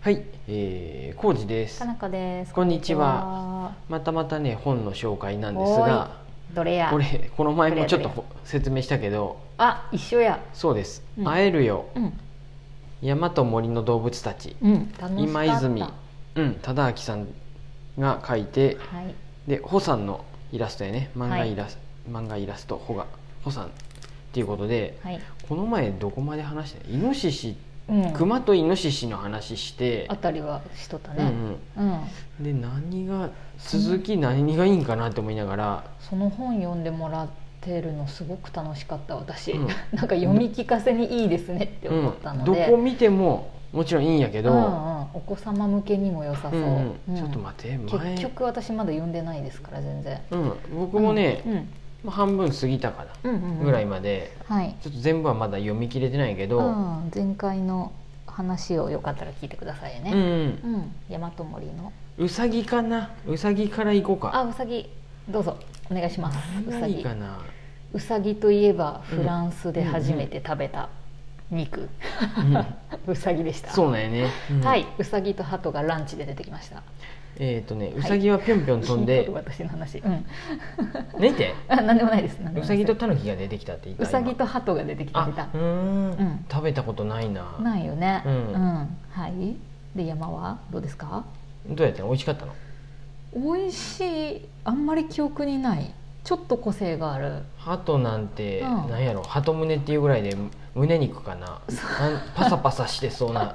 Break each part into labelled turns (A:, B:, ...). A: はい、えー、コウジです
B: か。なこです。
A: こんにち
B: は。
A: またまたね本の紹介なんです
B: おー
A: が、
B: どれや
A: こ。れこの前もちょっと
B: どれ
A: ほ説明したけど、
B: あ、一緒や。
A: そうです。
B: うん
A: 会えるよ
B: うん。
A: 山と森の動物たち。
B: うん。楽しかった。
A: 今泉うん忠明さんが書いて
B: はい。
A: でホさんのイラストやね漫画
B: はい
A: イラスト、漫画イラストホがホさんっていうことで
B: はい。
A: この前どこまで話したのイノシシ
B: うん。
A: 熊とイノシシの話して
B: あ、たりはしとった
A: うん
B: ね。うん、
A: うん、で何が続き何がいいんかなって思いながら。
B: その本読んでもらってるのすごく楽しかった私、
A: うん
B: なんか読み聞かせにいいですねって思ったの
A: うん、
B: で、
A: どこ見てももちろんいいんやけど、
B: う
A: うん
B: うんんお子様向けにも良さそう、
A: うん
B: うん
A: ちょっと待って前
B: 結局私まだ読んでないですから全然
A: うん、僕もね、
B: うん
A: まあ半分過ぎたか
B: うんうんう
A: なんぐらいまで、
B: はい
A: ちょっと全部はまだ読み切れてないけど、
B: うん、前回の話をよかったら聞いてくださいね、
A: うんうん
B: うん、大和森の。
A: うさぎかなうさぎから行こう
B: あ、
A: か
B: うさぎ、どうぞ、お願いします。う
A: 何
B: さ
A: がいい
B: ぎ
A: か。な
B: うさぎといえば、フランスで初めて食べた肉。 うさぎでした。
A: そうなんやね、うん
B: はい、うさぎと鳩がランチで出てきました。
A: えっ、とねうさぎはぴょんぴょん飛ん
B: 聞い
A: で
B: とる、私の話。 うん、
A: 寝て
B: あ、なんでもないです。なんで
A: う
B: もな
A: さ
B: い
A: ぎ
B: です
A: と。タヌキが出てきたって言った
B: うさぎと
A: 今
B: 鳩が出てきて
A: あ
B: みた
A: う。ーん
B: うん
A: 食べたことないな
B: ないよね。
A: う
B: うんん、はい。で、山はどうですか。
A: どうやったの美味しかったの
B: 美味しい、あんまり記憶にない。ちょっと個性がある。
A: 鳩なんて、
B: うん
A: なんやろ鳩胸っていうぐらいで胸肉かななんパサパサしてそう な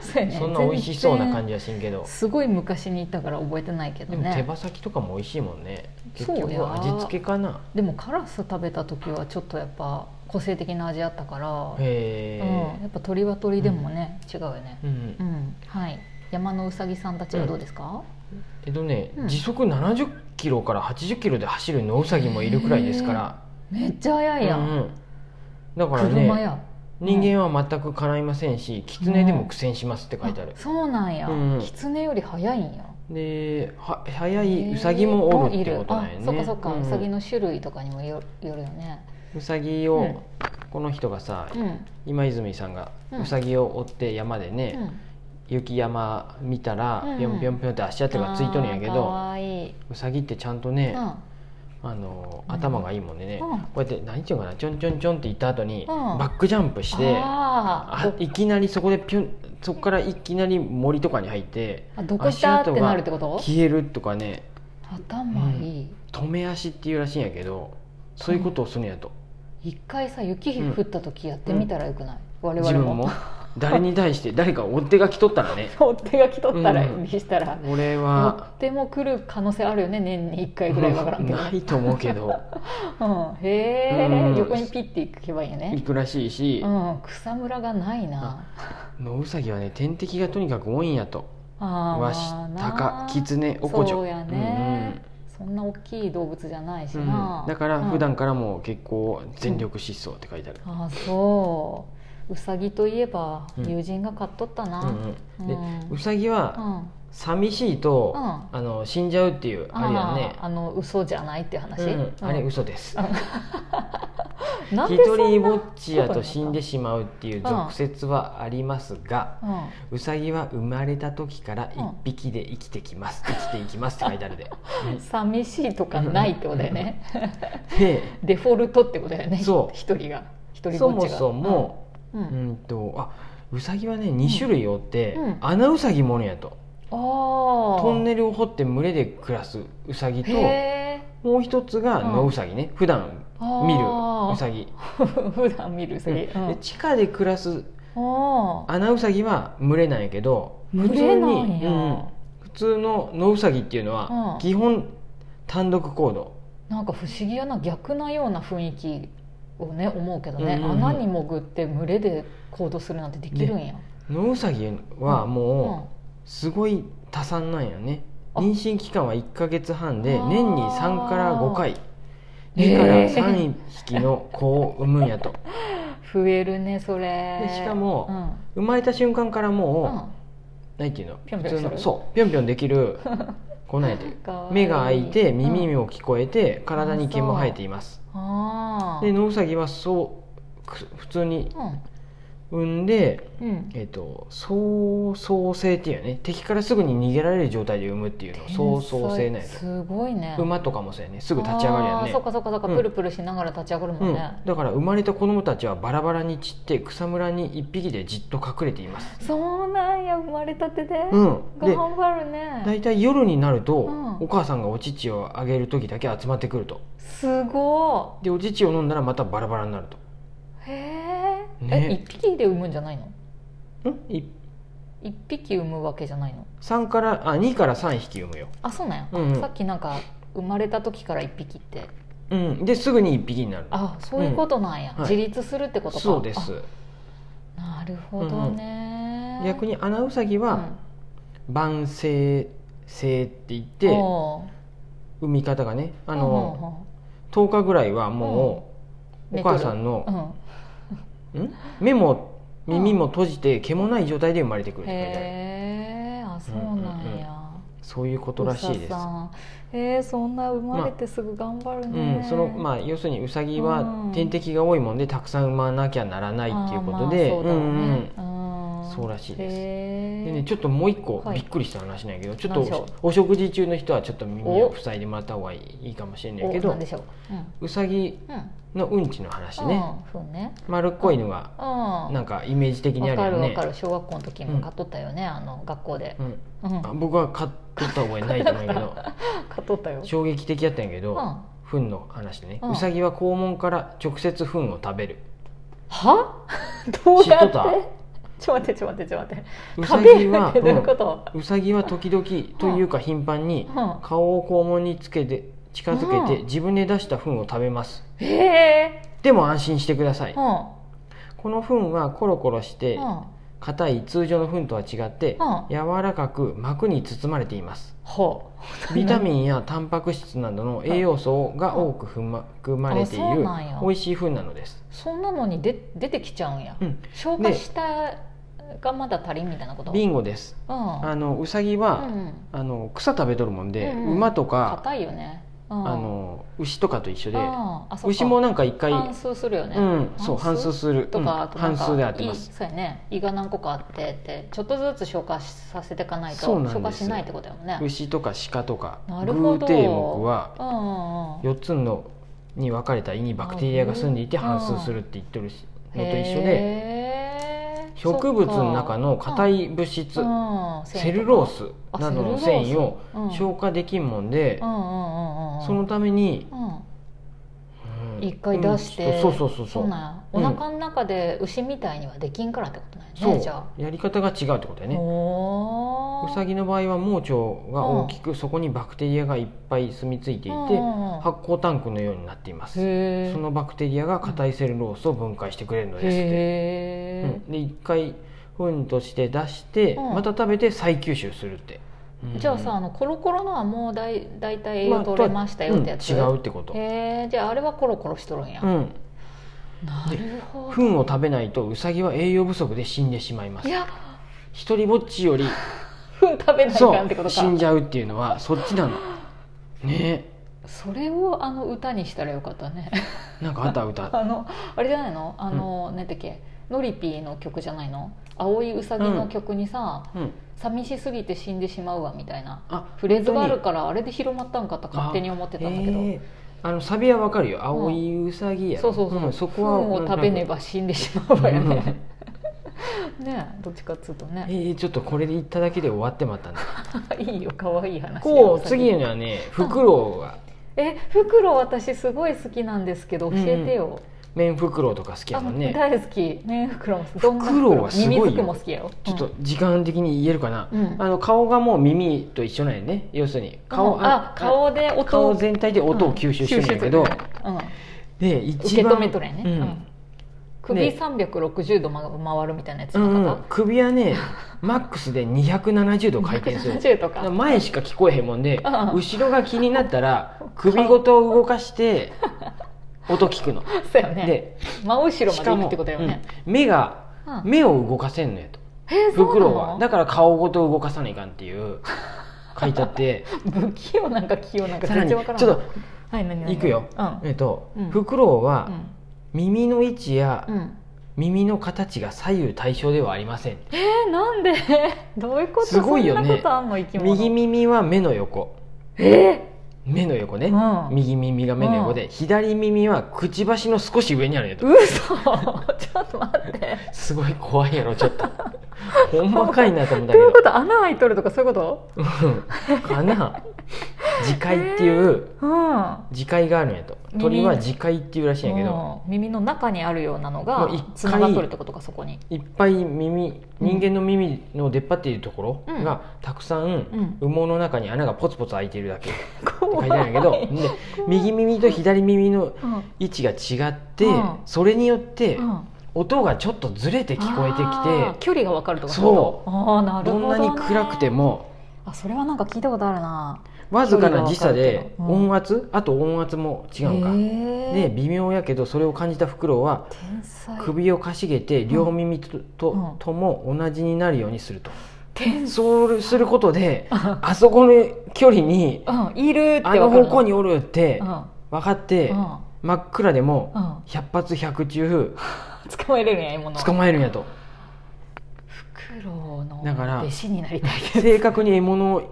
B: そうやね
A: そんな美味しそうな感じはしんけど、
B: すごい昔に行ったから覚えてないけど
A: でも手
B: ね
A: 羽先とかも美味しいもんね結
B: そう
A: 局
B: や
A: 味付けかな
B: でもカラス食べた時はちょっとやっぱ個性的な味あったから、
A: へえ
B: うん、やっぱ鳥は鳥でもね、違うよね
A: うん、
B: うん、はい山のうさぎさんたちはどうですか、
A: えっとね、
B: うん
A: 時速70キロから80キロで走るノウサギもいるくらいですから、
B: めっちゃ早いやん、
A: うんうんだから
B: 車
A: ね
B: や
A: 人間は全く叶いませんし狐でも苦戦しますって書いてある
B: あ、そうなんや、
A: うんうん
B: キツネより早いんや
A: では速いウサギもおるってことなんやね、
B: あそっかそっか、
A: う
B: うんさぎの種類とかにもよよるよね
A: うさぎ
B: う
A: を
B: ん
A: この人がさ
B: うん、うん
A: 今泉さんが
B: うん
A: うさぎを追って山でね雪山見たら
B: うん
A: ぴょんぴょんぴょんって足跡がついとるんやけ
B: あーか
A: ど
B: わいい、
A: うさぎってちゃんとね
B: うん
A: あの頭がいいもんでね
B: うん
A: こうやって何て言うのかなちょんちょんちょんって行った後に
B: ん
A: バックジャンプして
B: あー
A: あいきなりそこでぴょんそこからいきなり森とかに入って
B: あどこ行った
A: 足跡
B: って
A: が
B: なるってこと
A: 消えるとかね
B: 頭いい、
A: 止め足っていうらしいんやけどそういうことをするんやと
B: 一回さ雪降った時やってみたらよくない、我
A: 自
B: 々
A: 分
B: も
A: も誰に対して誰か追っ手が来とったら ね
B: 追っ手が来とったら、
A: うん
B: にしたら
A: 俺
B: 追
A: は
B: っ手も来る可能性あるよね年に1回ぐらいわからんけど、
A: ないと思うけど
B: うん、へえ、
A: うん
B: 横にピッて行けばいいよ
A: 行
B: ね、
A: くらしいし
B: う、ん、草むらがないな
A: ノウサギはね天敵がとにかく多いんやと
B: あー
A: ワシ
B: まあ
A: タ
B: な
A: カキツネオコチョ
B: そうやね、そんな大きい動物じゃないし
A: うんうん
B: な、
A: だから
B: うん
A: 普段からもう結構全力疾走って書いてある、
B: ああそううさぎといえば
A: うん
B: 友人が買っとったな、
A: うんうんで
B: うん
A: ウサギは
B: うん
A: 寂しいと、
B: う
A: あの死んじゃうっていうあれやね
B: あーあの嘘じゃないっていう話、
A: うんうん
B: うん
A: あれ嘘です
B: なん
A: 一
B: でそんな
A: 人ぼっちやと死んでしまうっていう俗説はありますが、
B: うん
A: うさぎは生まれた時から一匹で生きてきます、生きていき ますって書いてあるで
B: 寂しいとかないってことだよね
A: で
B: デフォルトってことだよね
A: そう
B: 一人が一人
A: そ
B: ぼっ
A: も
B: ちが
A: そも、
B: うんう
A: うんんとあウサギはね2種類おって、
B: うん
A: アナウサギものやと
B: あ
A: トン
B: ー
A: ネルを掘って群れで暮らすウサギと
B: へー
A: もう一つがノウサギね普段
B: あー
A: 見るウサギ、
B: 普段見るうさぎ、う
A: うん
B: ん
A: で地下で暮らす
B: あー
A: アナウサギは群れなんやけど
B: 群れなんや
A: 普通にうん普通のノウサギっていうの
B: う
A: は
B: ん
A: 基本単独行動、
B: なんか不思議やな逆なような雰囲気をね思うけどね、
A: うんうんうん
B: 穴に潜って群れで行動するなんてできるんや、
A: ノウサギは
B: うん
A: もうすごい多産なんよね、
B: あ
A: 妊娠期間は1ヶ月半で
B: あー
A: 年に3から5回
B: え
A: 2
B: ー
A: から3匹の子を産むんやと、
B: 増えるねそれ
A: でしかも、生まれた瞬間から
B: うんうん
A: もう、なんていうの
B: ぴょんぴょんして
A: 普
B: る
A: 通のそうぴょんぴょんでき るこんなんやで
B: かわいい
A: 目が開いて耳
B: うん
A: も聞こえて、体に毛も生えています
B: あー
A: でノウサギはそうく普通に
B: うん
A: 産んで、
B: うん
A: えっと早早生っていうよね敵からすぐに逃げられる状態で産むっていうの早早生なんや
B: 天才すごいね
A: と馬とかもそうやねすぐ立ち上がるやん
B: あー
A: ね
B: そっかそっかそっか、
A: うん
B: プルプルしながら立ち上がるも
A: うんん
B: ね、、
A: だから生まれた子供たちはバラバラに散って草むらに一匹でじっと隠れています、
B: そうなんや生まれたてで、
A: うん、で
B: 頑張るね
A: 大体夜になると、
B: うん
A: お母さんがお乳をあげる時だけ集まってくると
B: すご
A: でお乳を飲んだらまたバラバラになると
B: いへえ、
A: ね
B: え一匹で産むんじゃないの
A: んい
B: 一匹産むわけじゃないの
A: 3からあ2から3匹産むよ、
B: あそうなんや、
A: うんうん
B: さっきなんか生まれた時から一匹って
A: うん、ですぐに1匹になる
B: あそういうことなんや、
A: うんはい
B: 自立するってことか
A: そうです
B: あなるほどね、
A: 逆
B: に
A: にアナウサギは晩成生って言って産み方がねあの10日ぐらいはもうお母さんのん目も
B: うん
A: 耳も閉じて毛もない状態で生まれてくるとか言われる
B: へえあそうなんや、
A: そういうことらしいで
B: う
A: す
B: さ、さんへえそんな生まれてすぐ頑張る
A: う
B: ね、
A: ん、そのまあ要するにウサギ
B: う
A: は
B: ん
A: 天敵が多いもんでたくさん産まなきゃならないっていうことで
B: あ
A: う
B: ーまあそうだろ
A: ん
B: う
A: う
B: ね
A: ん
B: うん
A: そうらしいです
B: へえ
A: でねちょっともう一個
B: はい
A: びっくりした話なんやけど、ちょっ
B: 何でしょ
A: と
B: う
A: お食事中の人はちょっと耳を
B: お
A: 塞いでもらった方がいいかもしれない
B: お
A: け
B: な
A: ど
B: んでしょう、
A: ウサギ
B: うんうん
A: のうんちの話ね、
B: うんそうね
A: 丸っこいのが
B: うん
A: なんかイメージ的にある
B: わか
A: よ
B: るわ
A: ね
B: かる小学校の時も買っとったよね、あの学校で、
A: うん
B: うん、
A: あ
B: 買
A: 僕は買っとった覚えないと思うんやけ ど
B: っとったよ、
A: 衝撃的やったんやけ
B: うん、
A: ど
B: は
A: 糞の話ね
B: うん
A: ウサギは肛門から直接糞を食べる
B: どうや
A: 知
B: っ
A: ってとった
B: ちょっと待ってちょっと待ってちょっと待って
A: ウサ
B: 食
A: ギ
B: べる
A: は
B: ってどういうこと、
A: うんウサギは時々というか頻繁に
B: うん
A: 顔を肛門につけて近づけ
B: う
A: て
B: ん
A: 自分で出した糞を食べます
B: へえ
A: でも安心してください
B: うん
A: この糞はコロコロして
B: うん
A: 硬い通常の糞とは違って
B: うん
A: 柔らかく膜に包まれています
B: ほう
A: ビタミンやタンパク質などの栄養素が多く含ま含まれてい
B: あそう
A: る
B: なんや
A: 美味しい糞なのです、
B: そんなのにで出てきちゃうんや、
A: うん、
B: 消化したがまだ足りんみたいなこと
A: ビンゴです
B: うん
A: あのウサギ
B: う
A: は、
B: ん
A: あの草食べとるもんで、
B: うんうん
A: 馬とか
B: 硬いよね、うん、
A: あの牛とかと一緒で
B: うんあそっか
A: 牛もなんか一回、
B: 半数するよね、
A: うん、そう半数する、
B: と
A: うん
B: か、あとな
A: 半
B: んか
A: 数で当てます
B: いそうやね胃が何個かあってってちょっとずつ消化させていかないと
A: そうなんです
B: 消化しないってことやもんね
A: 牛とか鹿とか
B: な
A: グ
B: るほ
A: ー
B: ど
A: テイ目は
B: うんうんうん
A: 4つのに分かれた胃にバクテリアが住んでいて
B: あ
A: 半数するって言ってるしのと一緒で
B: へー
A: 植物の中の硬い物質、
B: そっかうん
A: セルロースなどの繊維を
B: うん
A: 消化できんもんで、
B: うんうんうんうん
A: そのために、
B: うん
A: うん
B: 一回出して、
A: うんそうそうそうそう
B: なんや
A: う
B: お
A: ん
B: 腹の中で牛みたいにはできんからってことなんやね、
A: そう
B: じゃあ
A: やり方が違うってことだよね
B: お
A: ウサ
B: ギ
A: ギの場合は盲腸が大きくそこにバクテリアがいっぱい住み着いていて
B: は
A: 発酵タンクのようになっています
B: へえ
A: そのバクテリアが硬いセルロースを分解してくれるのですって
B: へ
A: う
B: え、
A: ん、で一回糞として出して、
B: うん
A: また食べて再吸収するって、うん
B: じゃあさあのコロコロのはもうだい大体栄養取れましたよってやつ、
A: まあとはうん違うってこと、
B: へえじゃああれはコロコロしとるんや、
A: うん、
B: なるほど
A: 糞を食べないとウサギは栄養不足で死んでしまいます
B: いや
A: 一人ぼっちよ り
B: ふん食べない
A: そ
B: かんってこと
A: う
B: か
A: 死ん
B: そ
A: じゃうっていうのはそっちなのね
B: れをあの歌にしたらよかったね
A: なんかあった歌
B: あのあれじゃないのあの、なんだっけノリピーの曲じゃないの青いうさぎの曲にさ、
A: うん
B: 寂しすぎて死んでしまうわみたいな
A: あ
B: フレーズがあるからあれで広まったんかと勝手に思ってたんだけど、
A: えーあのサビはわかるよ青いウサギやろ、
B: そうそうそう、
A: んそこは
B: 糞を食べねば死んでしまうわよねねどっちかっつうと
A: え
B: ね
A: ー、ちょっとこれで言っただけで終わってまったんだ
B: いいよ可愛い話
A: こう
B: 先
A: 次にはねフクロウが
B: えフクロウ私すごい好きなんですけど教えてよ、
A: 麺フクロウとか好きやもん
B: あ
A: ね
B: 大好きねフクロウもどんな
A: フクロウはすごいよ
B: 耳づくも好きやよ
A: ちょっと時間的に言えるかな、
B: うん
A: あの顔がもう耳と一緒なんやね要するに顔,、
B: うんあ顔で音を
A: 顔全体で音を吸収してるんやけど、
B: うん吸収するね
A: で
B: うん、受け
A: 一番
B: 止めとるやね、
A: うん
B: うん首360度ま回るみたいなやつ
A: う
B: の
A: ん
B: 方、
A: うん首はねマックスで270度回転す る
B: 170とか
A: 前しか聞こえへんもんで、
B: うん
A: 後ろが気になったら首ごと動かして 音聞くの、
B: そうやね
A: で
B: 真後ろ
A: し
B: まで
A: か
B: 行く
A: も、
B: ってことやよね、
A: うん目が
B: うん
A: 目を動かせんのやと
B: えー、
A: フ
B: そう
A: ク
B: な
A: ロウは
B: の
A: だから顔ごと動かさないかんっていう書いてあって
B: 不器用なんか器 用なんか
A: さら
B: 全
A: に
B: 然
A: ちょ
B: わ
A: っ
B: からん
A: と
B: はい何何
A: いくよ
B: うん
A: えっと
B: うん
A: フクロウ
B: う
A: は
B: ん
A: 耳の位置や
B: うん
A: 耳の形が左右対称ではありません
B: えー、なんで どういうこと
A: すごいよね
B: そんなことあんの生き物
A: 右耳は目の横
B: え
A: 目の横ね、
B: うん
A: 右耳が目の横で、左耳はくちばしの少し上にあるんや
B: ー、
A: と
B: 嘘 ちょっと待って
A: すごい怖いやろちょっ とほんまかいなと思った
B: どう
A: けど
B: いうこと穴開いとるとかそういうこ
A: うんかな磁界っていう
B: とうん
A: 磁界があるんやと
B: 耳
A: 鳥は磁界っていうらしいんやけど
B: うん耳の中にあるようなのが
A: もう一回
B: つながっとるってことかそこに
A: いっぱい耳人間の耳の出っ張っているところがたくさ
B: ん
A: ん羽毛の中に穴がポツポツ開いているだけって書
B: 怖
A: いてあるんやけどで右耳と左耳の
B: うん
A: 位置が違って
B: うん
A: それによって
B: うん
A: 音がちょっとずれて聞こえ
B: あー
A: てきて
B: 距離が分かるとか
A: そう
B: ああなる
A: ど
B: ほ
A: ん
B: ど、
A: な
B: ね、
A: に暗くても
B: あそれはなんか聞いたことあるな
A: わずかな時差で
B: 距離がわかるけどうん
A: 音圧あと音圧も違うのかで
B: へー
A: 微妙やけどそれを感じたフクロウは
B: 天才
A: 首をかしげて両耳と,と、
B: うん
A: とも同じになるようにすると、
B: 天才
A: そうすることであそこの距離に
B: うんいるって分か
A: あ
B: る
A: の方向
B: に
A: におるって
B: うん
A: 分かって、
B: うん
A: 真っ暗でも
B: うん
A: 100発100中
B: 捕まえれるんや今の
A: 捕まえるんやと
B: フクロウの
A: だから
B: 弟子になりたいけど
A: 正確に獲物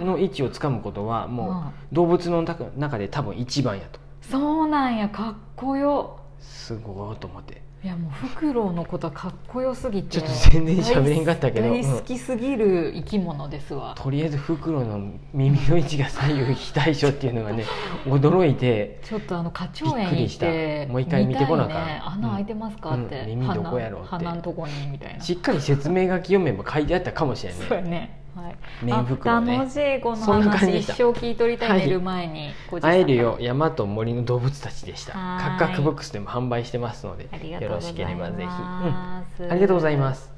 A: の位置をつかむことはもう動物の中中で多分一番やと
B: そうなんやかっこよ
A: すごいと思って
B: いやもうフクロウのことはかっこよすぎて
A: ちょっと全然喋れんかったけどう
B: 大
A: ん
B: 大好きすぎる生き物ですわ、
A: とりあえずフクロウの耳の位置が左右非対称っていうのがね 驚いて。
B: ちょっとあの花鳥園
A: びっくり
B: 行っ
A: した
B: て
A: もう一回見てこなあかん
B: 見たいね、穴開いてますか、
A: うん
B: って、
A: うん耳どこやろうって
B: 鼻鼻のとこにみたいな、
A: しっかり説明書き読めば書いてあったかもしれない
B: そうやねはい
A: メンフクロウ
B: あ
A: ね
B: 楽しいこの
A: そんな感じ
B: 話
A: で
B: 一
A: した
B: 生聞いとりたい、
A: はい
B: 寝る前にご自身
A: 会えるよ山と森の動物たちでした
B: はーい
A: カッカックボックスでも販売してますので
B: あり
A: よ
B: がとう
A: ろ
B: ござ
A: し
B: い
A: ければぜひ、うん、あ
B: ます、
A: りがとうございます